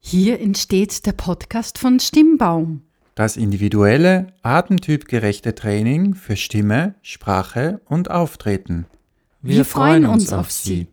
Hier entsteht der Podcast von Stimmbaum. Das individuelle, atemtypgerechte Training für Stimme, Sprache und Auftreten. Wir freuen uns auf Sie.